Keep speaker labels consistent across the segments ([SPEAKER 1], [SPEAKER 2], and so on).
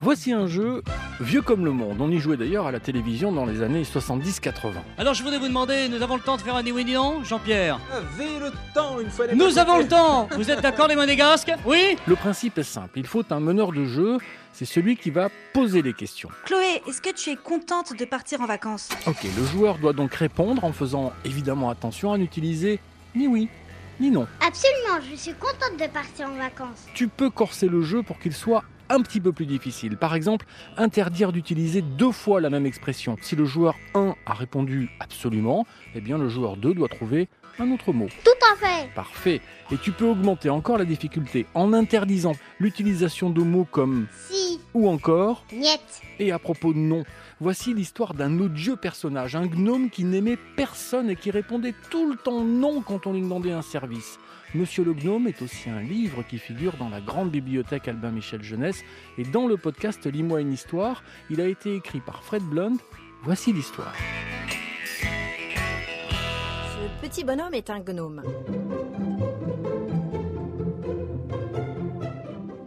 [SPEAKER 1] Voici un jeu vieux comme le monde. On y jouait d'ailleurs à la télévision dans les années 70-80.
[SPEAKER 2] Alors je voudrais vous demander, nous avons le temps de faire un oui ni non, Jean-Pierre
[SPEAKER 3] Avez le temps une fois
[SPEAKER 2] Nous avons le temps Vous êtes d'accord les monégasques Oui
[SPEAKER 1] Le principe est simple. Il faut un meneur de jeu. C'est celui qui va poser les questions.
[SPEAKER 4] Chloé, est-ce que tu es contente de partir en vacances
[SPEAKER 1] Ok, le joueur doit donc répondre en faisant évidemment attention à n'utiliser ni oui ni non.
[SPEAKER 5] Absolument, je suis contente de partir en vacances.
[SPEAKER 1] Tu peux corser le jeu pour qu'il soit un petit peu plus difficile. Par exemple, interdire d'utiliser deux fois la même expression. Si le joueur 1 a répondu absolument, eh bien le joueur 2 doit trouver un autre mot.
[SPEAKER 5] Tout en fait.
[SPEAKER 1] Parfait. Et tu peux augmenter encore la difficulté en interdisant l'utilisation de mots comme
[SPEAKER 5] Si,
[SPEAKER 1] ou encore
[SPEAKER 5] niette.
[SPEAKER 1] et à propos de non. Voici l'histoire d'un odieux personnage, un gnome qui n'aimait personne et qui répondait tout le temps non quand on lui demandait un service. Monsieur le gnome est aussi un livre qui figure dans la grande bibliothèque Albin Michel Jeunesse et dans le podcast Lis-moi une histoire, il a été écrit par Fred Blunt. Voici l'histoire.
[SPEAKER 6] Ce petit bonhomme est un gnome.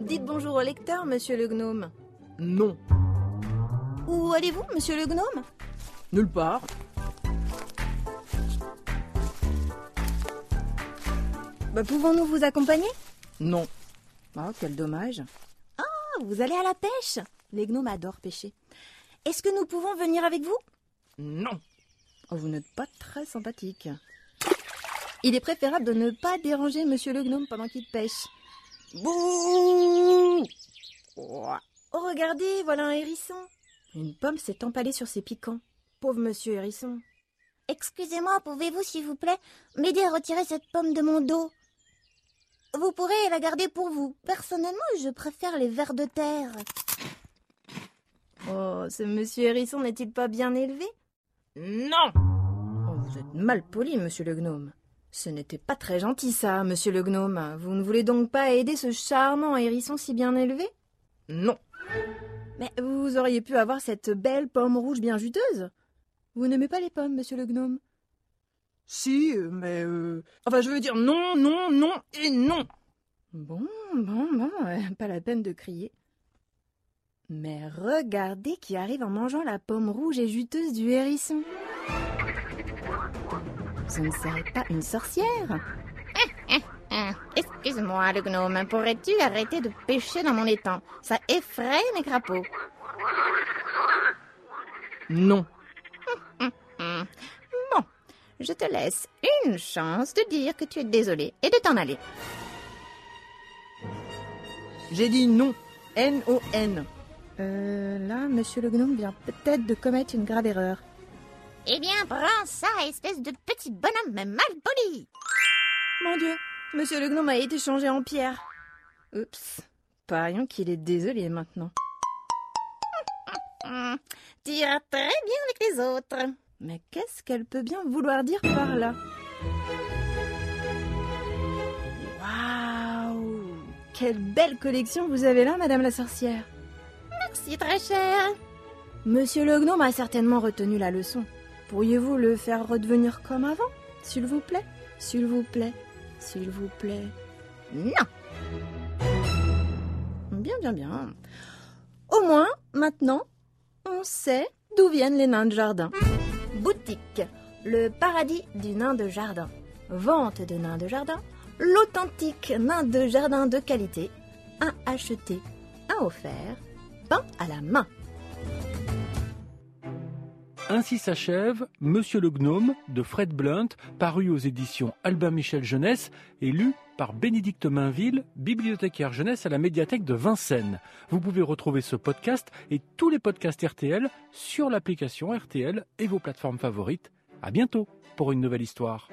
[SPEAKER 6] Dites bonjour au lecteur, monsieur le gnome.
[SPEAKER 7] Non,
[SPEAKER 6] Où allez-vous, monsieur le gnome
[SPEAKER 7] nulle part.
[SPEAKER 6] Bah, Pouvons-nous vous accompagner
[SPEAKER 7] Non. Ah, quel dommage.
[SPEAKER 6] Ah, Vous allez à la pêche Les gnomes adorent pêcher. Est-ce que nous pouvons venir avec vous
[SPEAKER 7] Non. Oh, Vous n'êtes pas très sympathique.
[SPEAKER 6] Il est préférable de ne pas déranger monsieur le gnome pendant qu'il pêche. Bouh Ouah. Oh, regardez, voilà un hérisson. Une pomme s'est empalée sur ses piquants. Pauvre monsieur hérisson.
[SPEAKER 5] Excusez-moi, pouvez-vous, s'il vous plaît, m'aider à retirer cette pomme de mon dos Vous pourrez la garder pour vous. Personnellement, je préfère les vers de terre.
[SPEAKER 6] Oh, ce monsieur hérisson n'est-il pas bien élevé
[SPEAKER 7] Non
[SPEAKER 6] Oh, vous êtes mal poli, monsieur le gnome. Ce n'était pas très gentil, ça, monsieur le gnome. Vous ne voulez donc pas aider ce charmant hérisson si bien élevé
[SPEAKER 7] Non.
[SPEAKER 6] Mais vous auriez pu avoir cette belle pomme rouge bien juteuse. Vous n'aimez pas les pommes, monsieur le gnome
[SPEAKER 7] Si, euh, mais... euh, Enfin, je veux dire non, non, non et non.
[SPEAKER 6] Bon, bon, bon, euh, pas la peine de crier. Mais regardez qui arrive en mangeant la pomme rouge et juteuse du hérisson. Ce ne serait pas une sorcière
[SPEAKER 8] Ah, Excuse-moi, le gnome, pourrais-tu arrêter de pêcher dans mon étang Ça effraie mes crapauds.
[SPEAKER 7] Non.
[SPEAKER 8] Hmm. Bon, je te laisse une chance de dire que tu es désolé et de t'en aller.
[SPEAKER 7] J'ai dit non. N-O-N.
[SPEAKER 6] Euh, là, monsieur le gnome vient peut-être de commettre une grave erreur.
[SPEAKER 8] Eh bien, prends ça, espèce de petit bonhomme mal poli.
[SPEAKER 6] Mon Dieu, monsieur le gnome a été changé en pierre. Oups, parions qu'il est désolé maintenant.
[SPEAKER 8] Hmm. Tu iras très bien avec les autres.
[SPEAKER 6] Mais qu'est-ce qu'elle peut bien vouloir dire par là Waouh Quelle belle collection vous avez là, madame la sorcière
[SPEAKER 8] Merci, très cher.
[SPEAKER 6] Monsieur le gnome a certainement retenu la leçon. Pourriez-vous le faire redevenir comme avant S'il vous plaît S'il vous plaît S'il vous plaît
[SPEAKER 8] Non.
[SPEAKER 6] Bien, bien, bien. Au moins, maintenant, on sait d'où viennent les nains de jardin. Boutique, le paradis du nain de jardin. Vente de nains de jardin, l'authentique nain de jardin de qualité. Un acheté, un offert, pain à la main.
[SPEAKER 1] Ainsi s'achève Monsieur le Gnome de Fred Blunt, paru aux éditions Albin Michel Jeunesse et lu par Bénédicte Mainville, bibliothécaire jeunesse à la médiathèque de Vincennes. Vous pouvez retrouver ce podcast et tous les podcasts RTL sur l'application RTL et vos plateformes favorites. À bientôt pour une nouvelle histoire.